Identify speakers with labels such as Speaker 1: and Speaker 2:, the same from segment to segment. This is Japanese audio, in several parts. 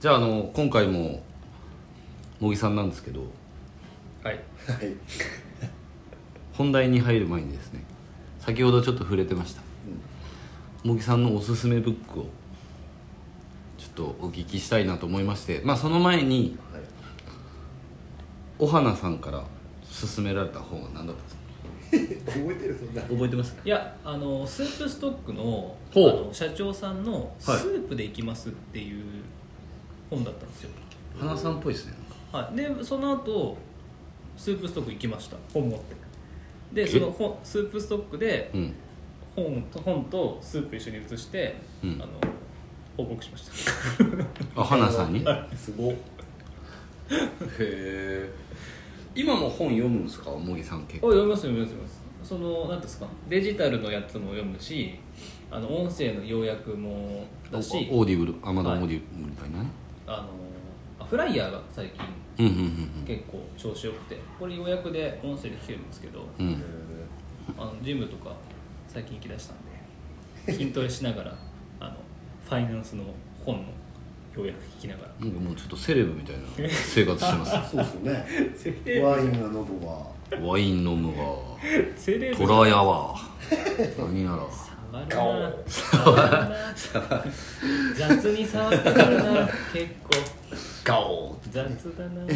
Speaker 1: じゃああの今回も茂木さんなんですけど
Speaker 2: はい
Speaker 3: はい
Speaker 1: 本題に入る前にですね先ほどちょっと触れてました茂木、さんのおすすめブックをちょっとお聞きしたいなと思いましてまあその前に
Speaker 3: はい
Speaker 1: おはなさんから勧められた本は何だったんですか
Speaker 3: 覚えてるそんな
Speaker 1: 覚えてます
Speaker 2: いやあのスープストックのあ
Speaker 1: ほう
Speaker 2: の社長さんの「スープでいきます」っていう本だったんですよ、
Speaker 1: 花さんっぽいですね
Speaker 2: はい、でその後スープストック行きました本持って
Speaker 1: え
Speaker 2: でその本スープストックで
Speaker 1: うん
Speaker 2: 本と本とスープ一緒に写して、
Speaker 1: うん
Speaker 2: あの報告しました
Speaker 1: あ花さんにへ
Speaker 3: すごっ
Speaker 1: え今も本読むんですか茂木さん結
Speaker 2: お読みます読みます読みますその何ですかデジタルのやつも読むしあの音声の要約も
Speaker 1: オ
Speaker 2: だし
Speaker 1: ーディブルあまだオーディブルみたいなね、
Speaker 2: あのあフライヤーが最近
Speaker 1: うんうんうん
Speaker 2: 結構調子よくてこれ予約で音声で聞けるんですけど
Speaker 1: うんう
Speaker 3: へ
Speaker 1: ん
Speaker 3: ー
Speaker 2: あのジムとか最近行きだしたんで筋トレしながら あのファイナンスの本の要約聞きながら
Speaker 1: なんかもうちょっとセレブみたいな 生活してます
Speaker 3: そうですよね
Speaker 2: セ
Speaker 3: ワインが喉が
Speaker 1: ワイン飲むわ
Speaker 2: セレ
Speaker 1: ト
Speaker 2: ブ
Speaker 1: ラヤわ何やら
Speaker 2: 触るな触るな雑に触ってくるな結構
Speaker 1: ガオ
Speaker 2: 雑だな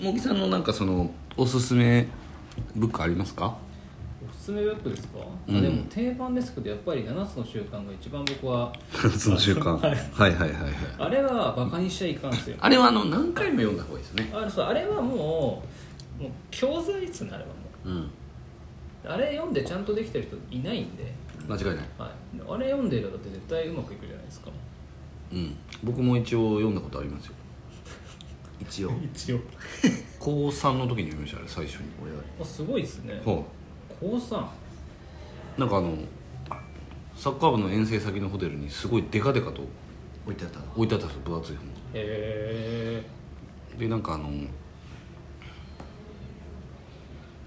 Speaker 1: 茂木さんのなんかそのおすすめブックありますか
Speaker 2: おすすめブックですか、
Speaker 1: うん
Speaker 2: あでも定番ですけどやっぱり7つの習慣が一番僕は
Speaker 1: その習慣はいはいはいはい
Speaker 2: あれはバカにしちゃいかんですよ
Speaker 1: あれはあの何回も読んだ方がいいですね
Speaker 2: あそうあれはもうもう教材ですねあれはも
Speaker 1: うん
Speaker 2: うあれ読んでちゃんとできてる人いないんで、
Speaker 1: 間違いない
Speaker 2: はい、あれ読んでるだって絶対うまくいくじゃないですか
Speaker 1: うん僕も一応読んだことありますよ一応
Speaker 2: 一応
Speaker 1: 高3の時に読みましたあれ最初に俺は
Speaker 2: あすごいですね
Speaker 1: は
Speaker 2: 高三
Speaker 1: いなんかあのサッカー部の遠征先のホテルにすごいデカデカと
Speaker 3: 置いてあった
Speaker 1: 置いてあったんですよ分厚い本が
Speaker 2: へ
Speaker 1: でなんかあの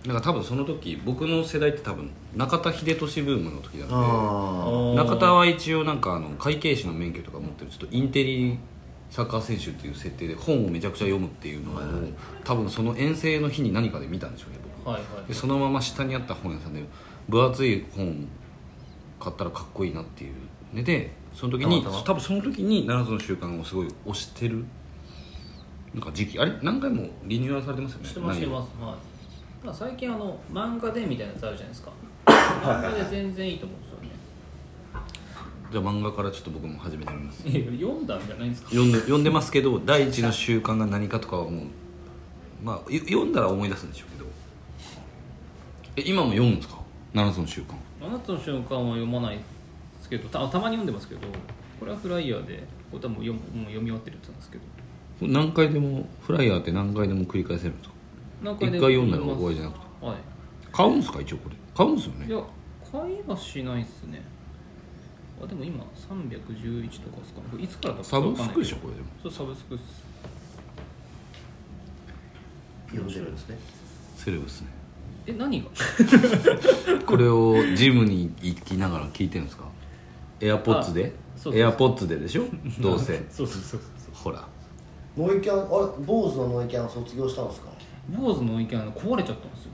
Speaker 1: なんか多分その時僕の世代って多分中田英寿ブームの時なん
Speaker 2: え
Speaker 3: あ
Speaker 1: で中田は一応なんかあの会計士の免許とか持ってるちょっとインテリサッカー選手っていう設定で本をめちゃくちゃ読むっていうのを多分その遠征の日に何かで見たんでしょうね僕
Speaker 2: はいはい
Speaker 1: でそのまま下にあった本屋さんで分厚い本買ったらかっこいいなっていうででその時に
Speaker 3: たまたま
Speaker 1: 多分その時に7つの習慣をすごい推してるなんか時期あれ何回もリニューアルされてますよね
Speaker 2: してますして
Speaker 1: 何
Speaker 2: ますはいまあ最近あの漫画でみたいなやつあるじゃないですか漫画で全然いいと思うんですよね
Speaker 1: じゃあ漫画からちょっと僕も始めてみます
Speaker 2: いや読んだんじゃないんですか
Speaker 1: 読んで読んでますけど第一の習慣が何かとかはもうまあよ読んだら思い出すんでしょうけどえ今も読むんですか7つの習慣
Speaker 2: 7つの瞬間は読まないですけどたたまに読んでますけどこれはフライヤーでこれ多分読むもう読み終わってるやつなんですけど
Speaker 1: 何回でもフライヤーって何回でも繰り返せるんですか
Speaker 2: 何
Speaker 1: 一回読んだら終わりじゃなくて
Speaker 2: は
Speaker 1: 買うんですか一応これ買うんですよね
Speaker 2: いいや買いはしないっすねあでも今311とかですかねこれいつからだった
Speaker 1: サ
Speaker 2: かわ
Speaker 1: ブ
Speaker 2: かん
Speaker 1: ス
Speaker 2: ない
Speaker 1: ク
Speaker 2: けど
Speaker 1: でしょこれでも
Speaker 2: そうサブスクっす
Speaker 3: 読んでるんですね
Speaker 1: セレブですね
Speaker 2: え何が
Speaker 1: これをジムに行きながら聞いてるんですかエアポッツで
Speaker 2: あそうそうそう
Speaker 1: エアポッツでで しょどうせ
Speaker 2: そうそうそうそう
Speaker 1: ほら
Speaker 3: ノイキャンあれ坊主のノイキャン卒業したんですか
Speaker 2: 坊主の意見が壊れちゃったんですよ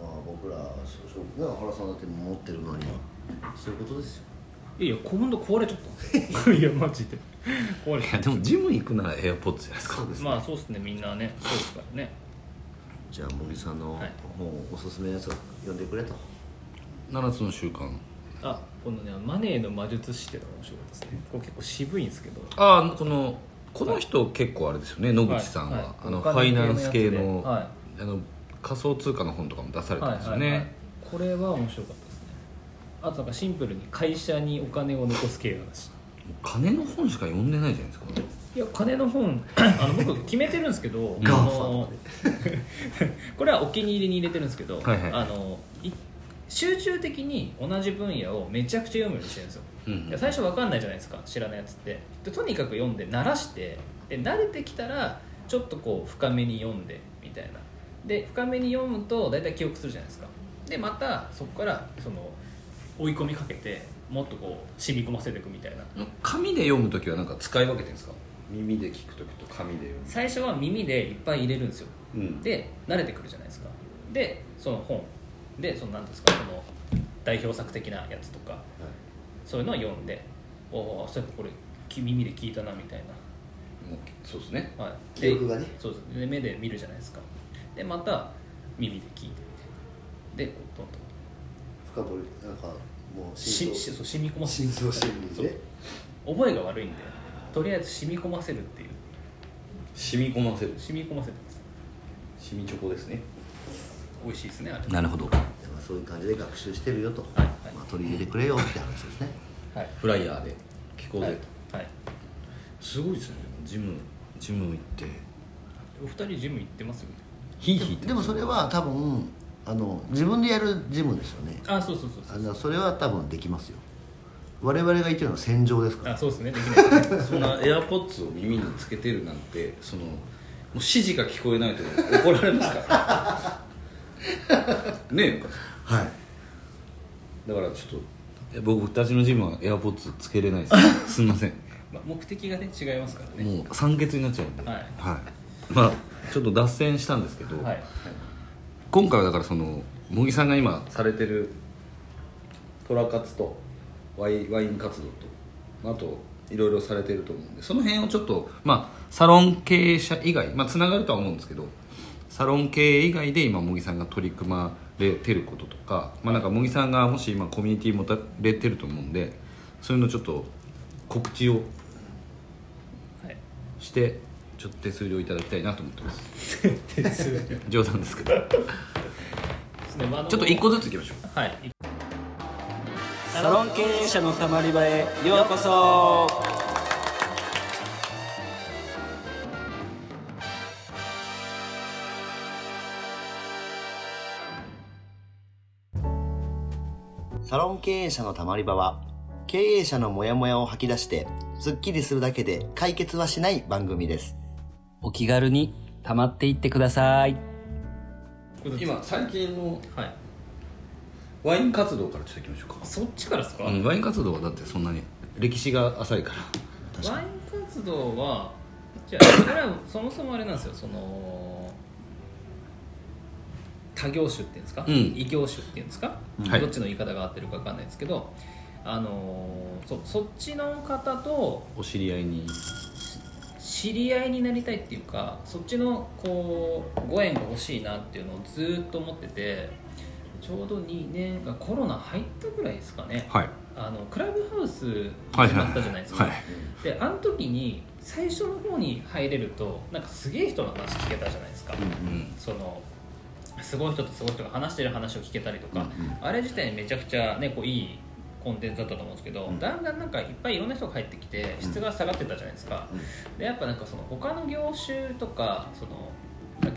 Speaker 3: あーまあ僕ら少々ね原さんだって持ってるのにそういうことですよ
Speaker 2: いやいや今度壊れちゃったんですよ いやマジで壊れ
Speaker 1: いやでもジム行くならエアポッツじゃないですか
Speaker 3: で す
Speaker 2: まあそうっすねみんなねそうですからね
Speaker 3: じゃあ茂木さんの
Speaker 2: はい
Speaker 3: 本をおすすめのやつを読んでくれと
Speaker 1: 7つの習慣
Speaker 2: あこのね「マネーの魔術師」っていうのが面白いですねこれ結構渋いんですけど
Speaker 1: ああこのこの人結構あれですよね野口さん
Speaker 2: はい
Speaker 1: はあの
Speaker 2: お
Speaker 1: ファ
Speaker 2: 金
Speaker 1: イ
Speaker 2: 系の
Speaker 1: ナン
Speaker 2: やつ
Speaker 1: ス系
Speaker 2: で
Speaker 1: の
Speaker 2: は
Speaker 1: あの仮想通貨の本とかも出されてますよ
Speaker 2: はいはいはい
Speaker 1: ね
Speaker 2: これは面白かったですねあとなんかシンプルに会社にお金を残す系の話
Speaker 1: もう金の本しか読んでないじゃないですか
Speaker 2: いや金の本 あの僕決めてるんですけどあの これはお気に入りに入れてるんですけど、
Speaker 1: はいはい
Speaker 2: あのい集中的に同じ分野をめちゃくちゃ読むようにしてるんですよ
Speaker 1: うん
Speaker 2: いや最初わかんないじゃないですか知らないやつってでとにかく読んで慣らしてで慣れてきたらちょっとこう深めに読んでみたいなで深めに読むと大体記憶するじゃないですかでまたそこからその追い込みかけてもっとこう染み込ませていくみたいな
Speaker 1: 紙で読む時はなんか使い分けてるんですか耳で聞く時と紙で読
Speaker 2: 最初は耳でいっぱい入れるんですよ
Speaker 1: むうん
Speaker 2: で慣れてくるじゃないですかでその本でその何ですかその代表作的なやつとかそういうのを読んでおおそういえばこれき耳で聞いたなみたい
Speaker 1: もうそうですね
Speaker 2: な、はい、
Speaker 3: 記
Speaker 2: で
Speaker 3: 憶がね
Speaker 2: そうですで目で見るじゃないですかでまた耳で聞いてみてでこうどんどん
Speaker 3: 深掘りなんかもう
Speaker 2: し
Speaker 3: 心
Speaker 2: し
Speaker 3: 臓
Speaker 2: そう染み込ませ
Speaker 3: 心
Speaker 2: る
Speaker 3: 臓心理ね
Speaker 2: 覚えが悪いんでとりあえず染み込ませるっていう
Speaker 1: 染み込ませる
Speaker 2: 染み込ませてます
Speaker 1: 染みチョコですね
Speaker 2: 美味しいですねあれ
Speaker 1: なるほど
Speaker 3: でまあそういう感じで学習してるよと、
Speaker 2: はい
Speaker 3: まあ、取り入れてくれよって話ですね
Speaker 2: はい
Speaker 1: フライヤーで聞こうぜ、
Speaker 2: はい、はい、
Speaker 1: すごいですねジムジム行って
Speaker 2: お二人ジム行ってますよね
Speaker 1: ヒーヒー
Speaker 3: でもそれは多分あの自分でやるジムですよね
Speaker 2: あそうそうそうそ
Speaker 3: あ
Speaker 2: う
Speaker 3: のそれは多分できますよ我々が言ってるのは戦場ですから
Speaker 2: あそうですねできないですね
Speaker 1: そんなエアポッツを耳につけてるなんてそのもう指示が聞こえないと怒られますから ねえ
Speaker 3: はい
Speaker 1: だからちょっと僕たちのジムはエアポッツつけれないです すみません
Speaker 2: まあ、目的がね違いますからね
Speaker 1: もう酸欠になっちゃうんでは
Speaker 2: はいい、
Speaker 1: まあちょっと脱線したんですけど、
Speaker 2: はい
Speaker 1: 今回はだからその茂木さんが今されてるトラ活とワイワイン活動とあといろいろされてると思うんでその辺をちょっとまあサロン経営者以外まあつながるとは思うんですけどサロン経営以外で今茂木さんが取り組まれてることとかまあなんか茂木さんがもし今コミュニティ持たれてると思うんでそういうのちょっと告知を
Speaker 2: はい
Speaker 1: してちょっと手数料いただきたいなと思ってます
Speaker 2: ですね
Speaker 1: 冗談ですけどち
Speaker 2: まあ
Speaker 1: ょ
Speaker 2: あの
Speaker 1: っと一個ずついきましょう
Speaker 2: はい
Speaker 4: サロン経営者のたまり場へようこそ
Speaker 3: サロン経営者のたまり場は経営者のモヤモヤを吐き出してスッキリするだけで解決はしない番組です
Speaker 4: お気軽にたまっていってください
Speaker 2: 一個ずつ
Speaker 1: 今最近の
Speaker 2: はい
Speaker 1: ワイン活動からちょっといきましょうか、
Speaker 2: そっちからですか、
Speaker 1: うん、ワイン活動はだってそんなに歴史が浅いから
Speaker 2: ワイン活動はじゃあこれはそもそもあれなんですよその多業種っていうんですか、
Speaker 1: うん
Speaker 2: 異業種っていうんですか、
Speaker 1: はい
Speaker 2: どっちの言い方が合ってるかわかんないですけどあのーそそっちの方と
Speaker 1: お知り合いに
Speaker 2: 知り合いになりたいっていうかそっちのこうご縁が欲しいなっていうのをずーっと思っててちょうど2年がコロナ入ったぐらいですかね
Speaker 1: はい
Speaker 2: あのクラブハウス
Speaker 1: はい
Speaker 2: 始まったじゃないですか、
Speaker 1: はい
Speaker 2: であの時に最初の方に入れるとなんかすげえ人の話聞けたじゃないですか、
Speaker 1: うん
Speaker 2: そのすごい人とすごい人が話してる話を聞けたりとか、
Speaker 3: うんうん
Speaker 2: あれ自体めちゃくちゃ、ね、こういいコンテンツだったと思うんですけど、
Speaker 3: うん
Speaker 2: だんだんなんかいっぱいいろんな人が入ってきて質が下がってたじゃないですか、でやっぱなんかその他の業種とかその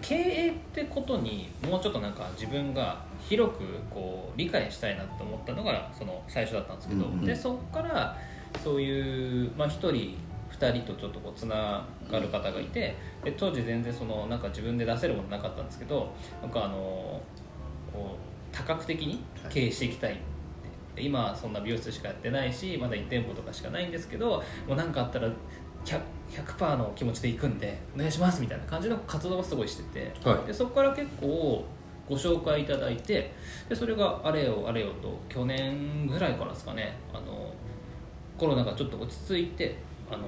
Speaker 2: 経営ってことにもうちょっとなんか自分が広くこう理解したいなと思ったのがその最初だったんですけど、
Speaker 3: うんうん
Speaker 2: でそこからそういう、まあ、1人2人とちょっとこうつながる方がいてで当時全然そのなんか自分で出せるものなかったんですけどなんかあのこう多角的に経営していきたいで今はそんな美容室しかやってないしまだ1店舗とかしかないんですけどもう何かあったら 100%, 100%の気持ちで行くんでお願いしますみたいな感じの活動がすごいしてて、
Speaker 1: はい
Speaker 2: でそこから結構ご紹介いただいてでそれがあれよあれよと去年ぐらいからですかねあのコロナがちょっと落ち着いてあの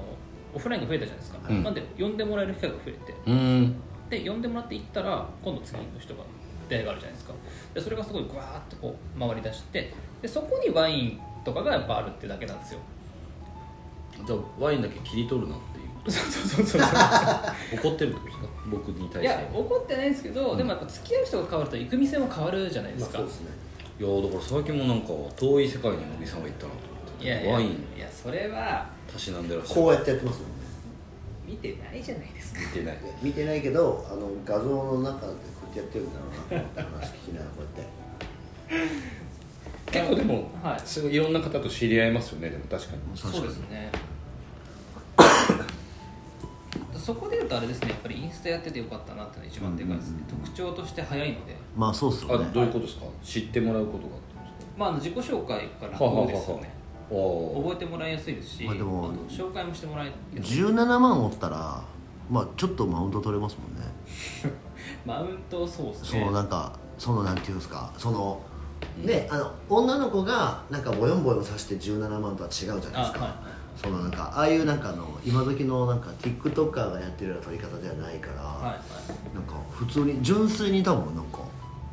Speaker 2: オフラインが増えたじゃないですか、
Speaker 1: うん
Speaker 2: なんで呼んでもらえる機会が増えて
Speaker 1: うん
Speaker 2: で呼んでもらって行ったら今度次の人が出会いがあるじゃないですかでそれがすごいぐわーっとこう回りだしてでそこにワインとかがやっぱあるってだけなんですよ
Speaker 1: じゃあワインだけ切り取るなってい
Speaker 2: そうそうそうそう
Speaker 1: う怒ってるってことですか僕に対
Speaker 2: い
Speaker 1: して
Speaker 2: や怒ってないんですけど、
Speaker 1: うん
Speaker 2: でもやっぱ付き合う人が変わると行く店も変わるじゃないですか、
Speaker 3: すね
Speaker 1: いやだから最近もなんか遠い世界に茂木さんが行ったなと思って
Speaker 2: いやいや
Speaker 1: ワイン
Speaker 2: いやそれは
Speaker 1: たしなんでらっしゃる
Speaker 3: こうやってやってますもんね
Speaker 2: 見てないじゃないですか
Speaker 1: 見てない
Speaker 3: 見てないけどあの画像の中でこうやってやってるんだろうなと思って話聞きながらこうやって
Speaker 1: 結構でも、
Speaker 2: はい
Speaker 1: すごいいろんな方と知り合いますよねでも確かに
Speaker 2: そうですねそこで言うとあれですねやっぱりインスタやっててよかったなっていうのが一番でかいですね、
Speaker 3: うんうんうん
Speaker 2: 特徴として早いので
Speaker 3: まあそうっすよ
Speaker 1: あ
Speaker 3: ね
Speaker 1: どういうことですか知ってもらうことがってことですか
Speaker 2: まああの自己紹介からこうですよね
Speaker 1: はははおー
Speaker 2: 覚えてもらいやすいですし、
Speaker 3: まあでも
Speaker 2: あと紹介もしてもらえる
Speaker 3: 17万おったらまあちょっとマウント取れますもんね
Speaker 2: マウントそうです
Speaker 3: そ
Speaker 2: ね
Speaker 3: のなんかそのなんていうんですかそのねあの女の子がなんかボヨンボヨンさして17万とは違うじゃないで
Speaker 2: あ
Speaker 3: すか、
Speaker 2: は
Speaker 3: そのなんかああいうなんかあの今時のなんか TikToker がやってるような撮り方ではないから、
Speaker 2: いはいはい
Speaker 3: なんか普通に純粋に多分なんか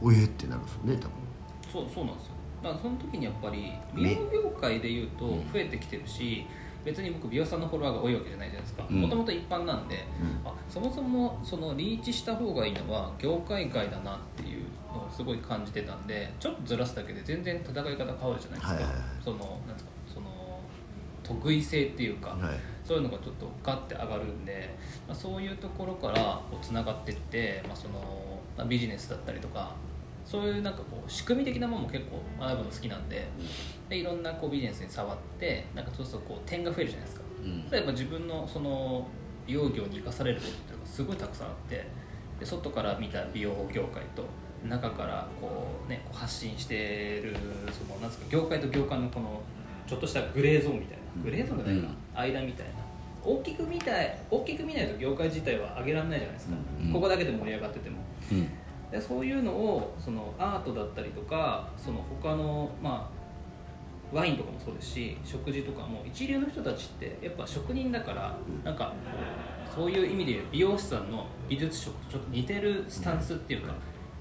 Speaker 3: おえってなるんですよね多分
Speaker 2: そうそうなんですよだからその時にやっぱり
Speaker 3: み
Speaker 2: 美容業界でいうと増えてきてるし、別に僕美容さんのフォロワーが多いわけじゃないじゃないですか
Speaker 1: うん
Speaker 2: もともと一般なんで、
Speaker 3: う
Speaker 2: あそもそもそのリーチした方がいいのは業界外だなっていうのをすごい感じてたんでちょっとずらすだけで全然戦い方変わるじゃないですか、
Speaker 3: はいはいはい
Speaker 2: そのなんですかその得意性っていうか、
Speaker 3: はい
Speaker 2: そういうのがちょっとガッて上がるんで、まあ、そういうところからつながってって、まあそのまあ、ビジネスだったりとかそういうなんかこう仕組み的なものも結構学ぶの好きなんででいろんなこうビジネスに触ってなんかそうするとこう点が増えるじゃないですか。
Speaker 1: うん
Speaker 2: 例えば自分のその美容業に生かされることっていうのがすごいたくさんあってで外から見た美容業界と中からこう、ね、こう発信してるそのなんですか業界と業界のこのちょっとしたグレーゾーンみたいなグレーゾーンじゃないかな、間みたいな大きく見たい大きく見ないと業界自体は上げられないじゃないですか、
Speaker 1: うん
Speaker 2: ここだけで盛り上がってても。
Speaker 1: うん
Speaker 2: でそういうのをそのアートだったりとかその他のまあワインとかもそうですし食事とかも一流の人たちってやっぱ職人だからなんかそういう意味で言う美容師さんの美術職とちょっと似てるスタンスっていうか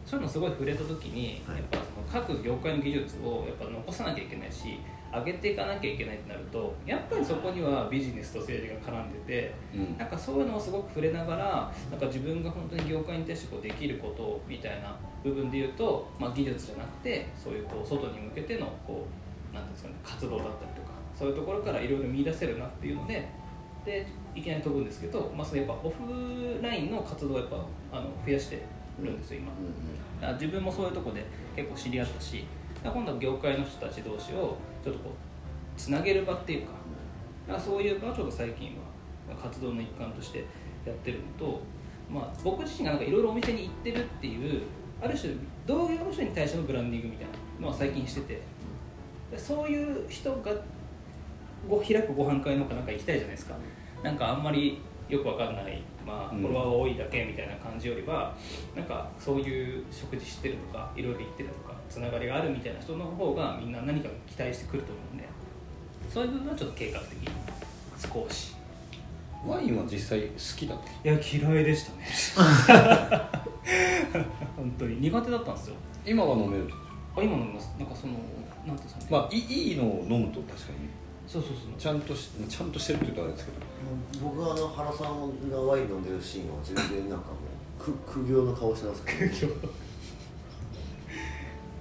Speaker 2: そういうのすごい触れた時に
Speaker 3: はい
Speaker 2: やっぱその各業界の技術をやっぱ残さなきゃいけないし上げていかなきゃいけないってなるとやっぱりそこにはビジネスと政治が絡んでて
Speaker 1: うん
Speaker 2: なんかそういうのをすごく触れながらなんか自分が本当に業界に対してこうできることみたいな部分で言うと、まあ、技術じゃなくてそういうこう外に向けてのこうなんていうんですかね活動だったりとかそういうところからいろいろ見出せるなっていうのででいきなり飛ぶんですけど、まあ、それやっぱオフラインの活動をやっぱあの増やしてるんですよ今。だから自分もそういうとこで結構知り合ったしだから今度は業界の人たち同士をちょっとこうつなげる場っていうかだからそういう場をちょっと最近は活動の一環としてやってるのと、まあ、僕自身がなんかいろいろお店に行ってるっていうある種同業の人に対してのブランディングみたいなのは最近しててでそういう人がご開くご飯会のかなんか行きたいじゃないですかなんかあんまりよくわかんない、まあ、
Speaker 1: うん
Speaker 2: フォロワーが多いだけみたいな感じよりは、なんかそういう食事してるとかいろいろ行ってるとかつながりがあるみたいな人の方がみんな何か期待してくると思うんでそういう部分はちょっと計画的に少し
Speaker 1: ワインは実際好きだった
Speaker 2: いや嫌いでしたね 本当に苦手だったんですよ
Speaker 1: 今は飲める
Speaker 2: あ今のなんかそのなんていうんですかね、
Speaker 1: まあいいいいのを飲むと確かにね
Speaker 2: そうそうそう
Speaker 1: ちゃんとしちゃんとしてるって言うとあれですけど
Speaker 3: 僕はあの原さんがワイン飲んでるシーンは全然なんかもうく苦行の顔してますけど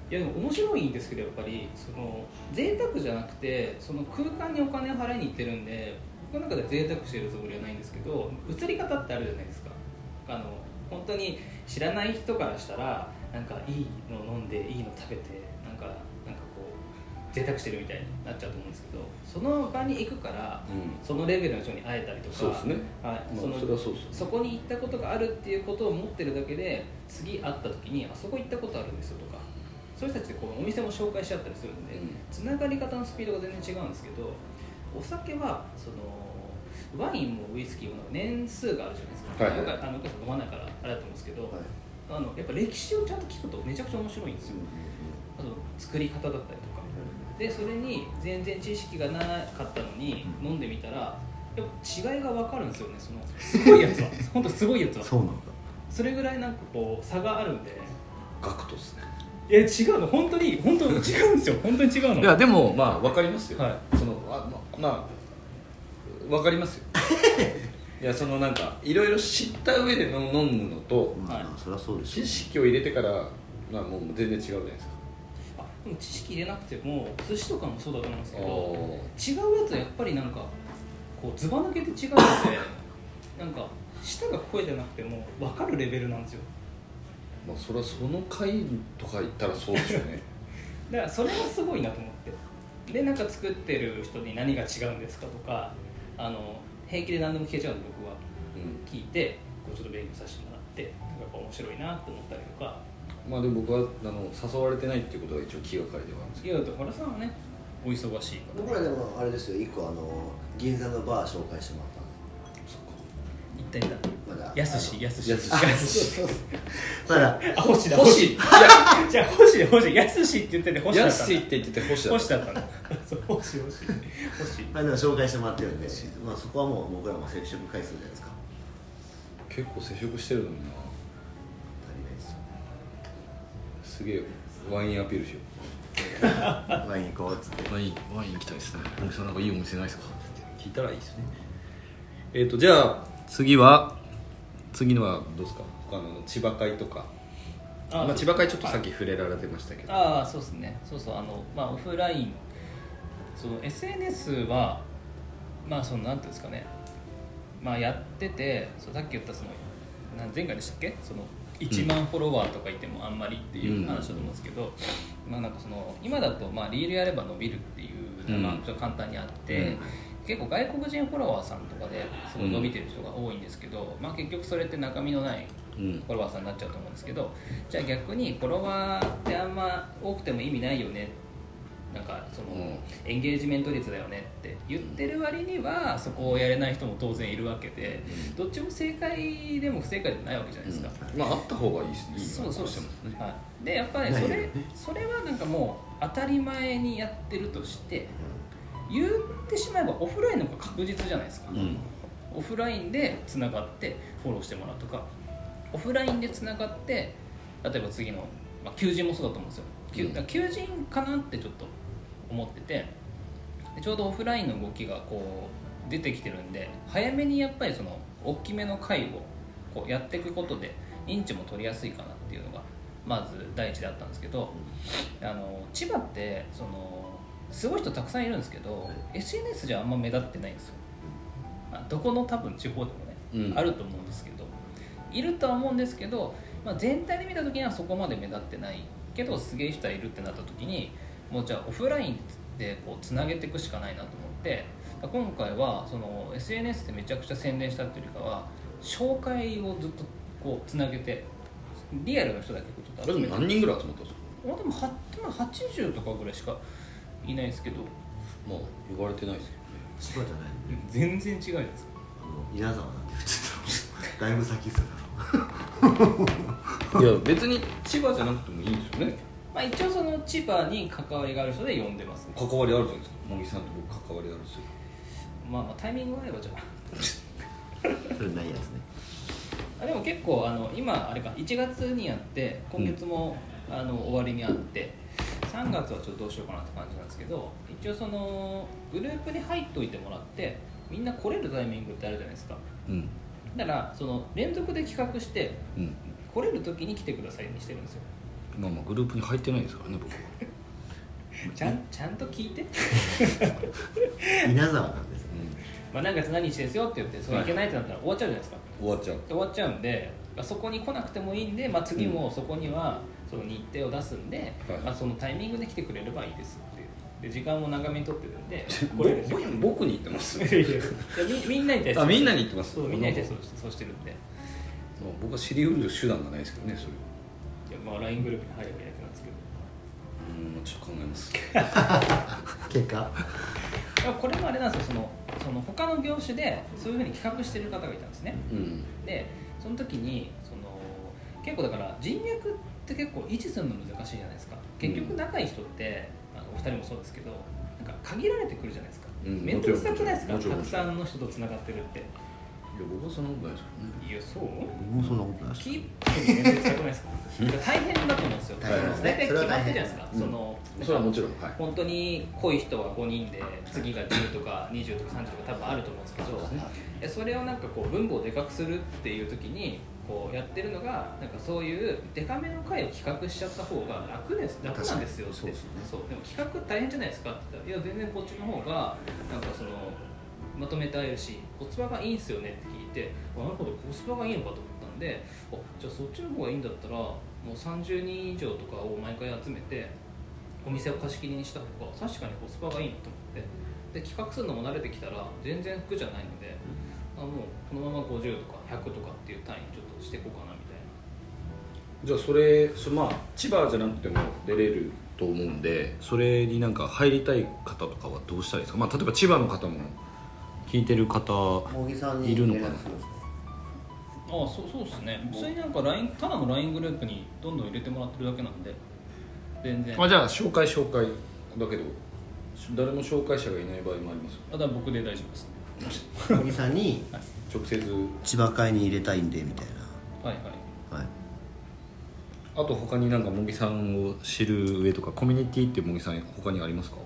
Speaker 2: いやでも面白いんですけどやっぱりその贅沢じゃなくてその空間にお金を払いに行ってるんで僕の中では贅沢してるつもりはないんですけど映り方ってあるじゃないですかあの本当に知らない人からしたらなんかいいの飲んでいいの食べてなんかなんかこう贅沢してるみたいになっちゃうと思うんですけどその場に行くから
Speaker 1: う
Speaker 2: そのレベルの人に会えたりとか
Speaker 1: そうですねま
Speaker 2: はい
Speaker 1: あ
Speaker 2: その
Speaker 1: それはそうですよ
Speaker 2: そこに行ったことがあるっていうことを持ってるだけで次会った時にあそこ行ったことあるんですよとかそういう人たちってこうお店も紹介しちゃったりするんで
Speaker 1: うん
Speaker 2: つな、がり方のスピードが全然違うんですけどお酒はそのワインもウイスキーも年数があるじゃないですか、
Speaker 1: はいはい
Speaker 2: 僕あのお母さん飲まないからあれだと思うんですけど、
Speaker 3: はい
Speaker 2: あのやっぱ歴史をちゃんと聞くとめちゃくちゃ面白いんですよ、あと作り方だったりとかでそれに全然知識がなかったのに飲んでみたらやっぱ違いが分かるんですよねそのすごいやつ は本当すごいやつは
Speaker 3: そうなんだ
Speaker 2: それぐらいなんかこう差があるんで
Speaker 1: ガクトですね
Speaker 2: いや違うの本当に本当に違うんですよ本当に違うの
Speaker 1: いやでもまあ分かりますよ、
Speaker 2: は
Speaker 1: そのあままあ分かり ますよいやそのなんかいろいろ知った上での飲むのと
Speaker 3: まあ、
Speaker 2: はい
Speaker 3: そりゃそうでしょ
Speaker 1: 知識を入れてから、まあ、もう全然違うじゃないですか
Speaker 2: あでも知識入れなくても寿司とかもそうだと思うんですけど
Speaker 1: お
Speaker 2: 違うやつはやっぱりなんかこうずば抜けて違うのでなんか舌が声じゃなくても分かるレベルなんですよ
Speaker 1: まあそれはその回とか行ったらそうでしょう ね
Speaker 2: だからそれはすごいなと思ってでなんか作ってる人に何が違うんですかとかあの平気で何でも聞けちゃうんで僕は
Speaker 1: うん
Speaker 2: 聞いてこうちょっと勉強させてもらってなんかやっぱ面白いなと思ったりとか
Speaker 1: まあでも僕はあの誘われてないっていうことが一応気がかりではあるんですけ
Speaker 2: いやだって原さんはねお忙しいから
Speaker 3: 僕らでもあれですよ一個あの銀座のバー紹介しても
Speaker 2: 行った行った
Speaker 3: らったんでまだ
Speaker 2: やすしやすし
Speaker 1: やすし
Speaker 3: あ
Speaker 2: やす
Speaker 3: そ
Speaker 2: し
Speaker 3: うそうそうまだ
Speaker 2: あ星だ星いやじゃあ星だ星やすしって言ってて星だ
Speaker 1: や
Speaker 2: った
Speaker 1: す
Speaker 2: んだ
Speaker 1: いって言ってて星だっ
Speaker 2: 星
Speaker 1: た
Speaker 2: だったんだそう星星星
Speaker 3: まあでも紹介してもらってるんで、まあ、そこはもう僕らも接触回数じゃないですか
Speaker 1: 結構接触してるのにな
Speaker 3: 足りないですよ
Speaker 1: すげえワインアピールしよ
Speaker 3: 前に行こうっつって
Speaker 1: うワインワイン行きたいですねお店なんかいいお店ないですかって聞いたらいいですねえっ、とじゃあ次は次のはどうですか他の千葉会とか
Speaker 2: あ
Speaker 1: まあ、千葉会ちょっとさっき触れられてましたけど
Speaker 2: ああそうですねそうそうあのまあオフラインその SNS はまあそのなんていうんですかねまあやっててそうさっき言ったそのなん前回でしたっけその1万フォロワーとかいてもあんまりっていう話だと思うんですけど、まあなんかその今だとまあリールやれば伸びるっていうのが
Speaker 1: うん
Speaker 2: ちょっと簡単にあって、
Speaker 1: うん
Speaker 2: 結構外国人フォロワーさんとかですごい伸びてる人が多いんですけど、まあ結局それって中身のない
Speaker 1: うん
Speaker 2: フォロワーさんになっちゃうと思うんですけどじゃあ逆にフォロワーってあんま多くても意味ないよねなんかその、
Speaker 1: うん
Speaker 2: エンゲージメント率だよねって言ってる割にはそこをやれない人も当然いるわけでどっちも正解でも不正解でもないわけじゃないですか、
Speaker 1: まああった方がいいですねいいよ
Speaker 2: そうそう
Speaker 1: どしてもね
Speaker 2: はい、でやっぱり、
Speaker 3: ない
Speaker 2: そ
Speaker 3: よ
Speaker 2: れ、
Speaker 3: ね
Speaker 2: それはなんかもう当たり前にやってるとして言ってしまえばオフラインの方が確実じゃないですか、
Speaker 1: うん
Speaker 2: オフラインでつながってフォローしてもらうとかオフラインでつながって例えば次の、まあ、求人もそうだと思うんですよ求,、
Speaker 1: うん
Speaker 2: 求人かなってちょっと思っててでちょうどオフラインの動きがこう出てきてるんで早めにやっぱりその大きめの会をこうやっていくことで認知も取りやすいかなっていうのがまず第一だったんですけどあの千葉ってそのすごい人たくさんいるんですけど SNS じゃあんま目立ってないんですよまあどこの多分地方でもね、
Speaker 1: うん
Speaker 2: あると思うんですけどいるとは思うんですけど、まあ、全体で見た時にはそこまで目立ってないけどすげえ人はいるってなった時にもうじゃあオフラインでこうつなげていくしかないなと思ってだから今回はその SNS でめちゃくちゃ宣伝したっていうよりかは紹介をずっとこうつなげてリアルの人だけこうちょっ
Speaker 1: あ
Speaker 2: と
Speaker 1: れ
Speaker 2: 集
Speaker 1: で
Speaker 2: め
Speaker 1: も
Speaker 2: て
Speaker 1: 何人ぐらい集まったんですか
Speaker 2: まあでもはでも80とかぐらいしかいないですけど
Speaker 1: まあ言われてないですけ
Speaker 3: 千葉じゃない
Speaker 2: 全然違うじゃないですか
Speaker 3: あの稲沢なんて言っちゃっただいぶ先っすよ
Speaker 1: どねいや別に千葉じゃなくてもいいんですよね
Speaker 2: まあ、一応その千葉に関わりがある人で呼んでますね、
Speaker 1: 関わりあるじゃないですか茂木さんと僕関わりあるんですよ
Speaker 2: まあ、まあタイミングが合えばじゃ
Speaker 3: それないやつね
Speaker 2: ああでも結構あの今あれか1月にやって今月も、あの終わりにあって3月はちょっとどうしようかなって感じなんですけど一応そのグループに入っておいてもらってみんな来れるタイミングってあるじゃないですか
Speaker 1: うん
Speaker 2: だからその連続で企画して
Speaker 1: うん
Speaker 2: 来れる時に来てくださいにしてるんですよ
Speaker 1: まあまあグループに入ってないですからね僕 は
Speaker 2: ちゃんちゃんと聞いて
Speaker 3: 稲沢なんですね
Speaker 2: まあ何月何日ですよって言ってそれいけないってなったら終わっちゃうじゃないですか
Speaker 1: 終わっちゃう
Speaker 2: で終わっちゃうんで、まあ、そこに来なくてもいいんで、まあ、次もそこにはその日程を出すんで、
Speaker 1: はい
Speaker 2: まあ、そのタイミングで来てくれればいいですっていうで時間も長めに取ってる んでこ
Speaker 1: こ
Speaker 2: れ
Speaker 1: れ 僕に言ってます
Speaker 2: いやいやみみんなに対して
Speaker 1: あみんなに言ってます
Speaker 2: そうみんなに対してそうしてそうしてるんでい
Speaker 1: まあ僕は知りうる手段がないですけどねそれは
Speaker 2: や、まあ、LINE グループに入ればいいだけなんですけど
Speaker 1: うんちょっと考えます
Speaker 3: 結果
Speaker 2: でもこれもあれなんですよそのその他の業種でそういうふうに企画してる方がいたんですね
Speaker 1: うん
Speaker 2: でその時にその結構だから人脈って結構維持するの難しいじゃないですか結局仲いい人って、あのお二人もそうですけどなんか限られてくるじゃないですか、
Speaker 1: うん
Speaker 2: 面倒くさくないですか
Speaker 1: もちろ
Speaker 2: た
Speaker 1: んも
Speaker 2: く
Speaker 1: ちろ
Speaker 2: さんの人とつながってるってい
Speaker 1: いや僕はそんなことないです
Speaker 2: やそう
Speaker 3: もうそんなことない
Speaker 2: キープするの面倒くさくない ですかだから大変だと思うんですよ
Speaker 3: 大変ですね
Speaker 2: 大体
Speaker 3: それは
Speaker 2: 決ま
Speaker 3: 大
Speaker 2: ってる
Speaker 3: 変
Speaker 2: じゃないですか
Speaker 1: うん
Speaker 2: その
Speaker 1: けどねそれはもちろんはい
Speaker 2: 本当に濃い人は5人で次が10とか20とか30とか多分あると思うんですけどでそれをなんかこう分母をでかくするっていう時にこうやってるのがなんかそういうでかめの回を企画しちゃった方が楽です楽なんですよって
Speaker 3: 確かにそうですね
Speaker 2: そうでも企画大変じゃないですかって言ったら「いや全然こっちの方がなんかそのまとめて会えるしコスパがいいんすよね」って聞いて「あなるほどコスパがいいのか」と思ったんで「あじゃあそっちの方がいいんだったらもう30人以上とかを毎回集めてお店を貸し切りにした方が確かにコスパがいいなと思ってで企画するのも慣れてきたら全然苦じゃないので、あもうこのまま50とか100とかっていう単位にちょっとしていこうかなみたいな
Speaker 1: じゃあそれそまあ千葉じゃなくても出れると思うんでそれになんか入りたい方とかはどうしたらいいですか、まあ、例えば千葉の方も聞いてる方
Speaker 5: 茂木さんに
Speaker 1: いるのか
Speaker 5: 連
Speaker 1: な
Speaker 5: 絡するんです
Speaker 2: ああそうそうですね普通になんか LINE ただの LINE グループにどんどん入れてもらってるだけなんで全然
Speaker 1: あじゃあ紹介紹介だけどし誰も紹介者がいない場合もありますよ
Speaker 2: ただ僕で大丈夫です
Speaker 5: か茂木さんに
Speaker 1: 直接
Speaker 5: 千葉会に入れたいんでみたい
Speaker 2: はいはい
Speaker 5: なはい
Speaker 1: あと他になんか茂木さんを知る上とかコミュニティって茂木さん他にありますか、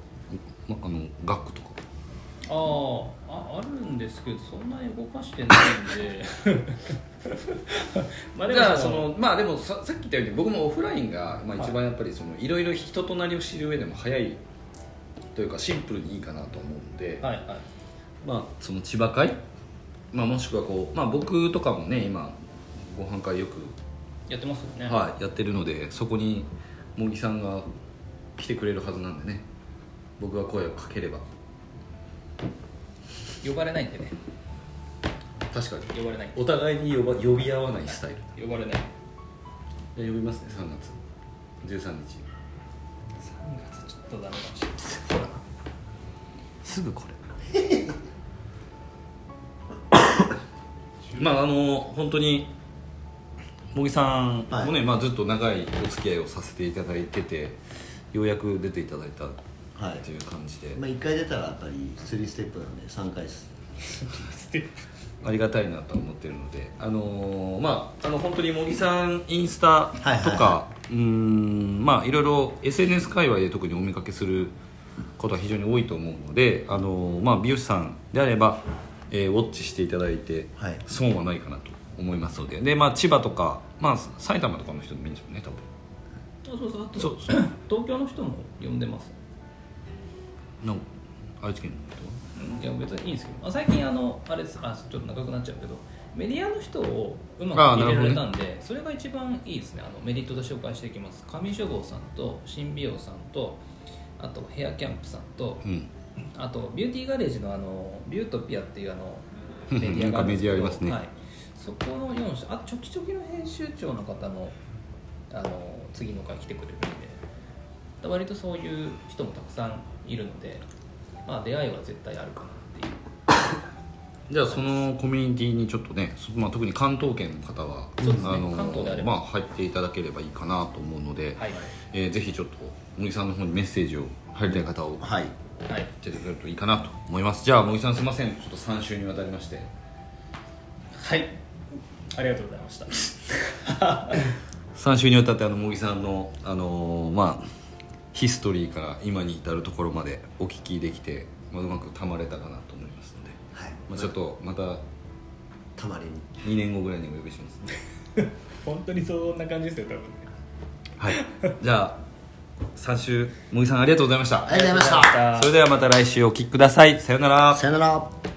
Speaker 1: ま、あの学区とか
Speaker 2: あーああるんですけどそんなに動かしてないんで まあで
Speaker 1: じゃ
Speaker 2: も
Speaker 1: あそ
Speaker 2: その
Speaker 1: のまあでもささっき言ったように僕もオフラインが、まあ、一番やっぱりそのいろいろ人となりを知る上でも早いというかシンプルにいいかなと思うんで、
Speaker 2: はいはい
Speaker 1: まあその千葉会、まあ、もしくはこう、まあ、僕とかもね今ご飯会よく、
Speaker 2: やってますよね
Speaker 1: はい、やってるのでそこに茂木さんが来てくれるはずなんでね僕が声をかければ
Speaker 2: 呼ばれないんでね
Speaker 1: 確かに
Speaker 2: 呼ばれない
Speaker 1: お互いに呼ば呼び合わないスタイル
Speaker 2: 呼ばれない
Speaker 1: じゃあ呼びますね3月13日
Speaker 2: 3月ちょっとダメかもしれない
Speaker 1: すぐこれ まああの本当に茂木さんもね、まあ、ずっと長いお付き合いをさせていただいててようやく出ていただいた
Speaker 5: はい
Speaker 1: という感じで、
Speaker 5: まあ、1回出たらやっぱり3ステップなんで3回です
Speaker 1: ありがたいなと思ってるのであのーまああの本当に茂木さんインスタとか、
Speaker 5: はいはいは
Speaker 1: うーんまあいろいろ SNS 界隈で特にお見かけすることは非常に多いと思うので、あのーまあ、美容師さんであれば、えーウォッチしていただいて、
Speaker 5: はい
Speaker 1: 損はないかなと思いますのでで、まあ、千葉とか、まあ、埼玉とかの人でもいいんでしょうね多分
Speaker 2: そうそうそうあ と
Speaker 1: そうそう
Speaker 2: 東京の人も呼んでます
Speaker 1: の愛知県の人
Speaker 2: いや別にいいんですけど、まあ、最近あのあれですあちょっと長くなっちゃうけどメディアの人をうまく
Speaker 1: あー
Speaker 2: 入れられ
Speaker 1: な
Speaker 2: たんで、それが一番いいですねあのメリットで紹介していきます上書房さんと新美容さんとあとヘアキャンプさんと、
Speaker 1: うん
Speaker 2: あとビューティーガレージのあのビュートピアっていうあの
Speaker 1: うん
Speaker 2: メディアがあ
Speaker 1: なん
Speaker 2: るんですけど
Speaker 1: かメディアありますね
Speaker 2: はい、そこの4社あとチョキチョキの編集長の方もあの次の回来てくれるんでだ割とそういう人もたくさんいるので、まあ、出会いは絶対あるかなっていう
Speaker 1: じゃあそのコミュニティにちょっとね、そまあ、特に関東圏の方は、
Speaker 2: そうですね
Speaker 1: あの
Speaker 2: 関東であれば
Speaker 1: まあ、入っていただければいいかなと思うので、
Speaker 2: はい
Speaker 1: えーぜひちょっと茂木さんの方にメッセージを入りたい方を
Speaker 5: はい
Speaker 2: はい
Speaker 1: いただけるといいかなと思いますじゃあ茂木さんすいませんちょっと3週にわたりまして
Speaker 2: はいありがとうございました
Speaker 1: 3週にわたってあの茂木さんの、あのーまあ、ヒストリーから今に至るところまでお聞きできて、まあ、うまくたまれたかなと思いますので、
Speaker 5: はい
Speaker 1: まあ、ちょっとまた
Speaker 5: たまりに
Speaker 1: 2年後ぐらいにお呼びしますね
Speaker 2: 本当にそんな感じですよ多分ね
Speaker 1: はい、じゃあ3週茂木さんありがとうございました
Speaker 5: ありがとうございました
Speaker 1: それではまた来週お聞きくださいさようなら
Speaker 5: さよなら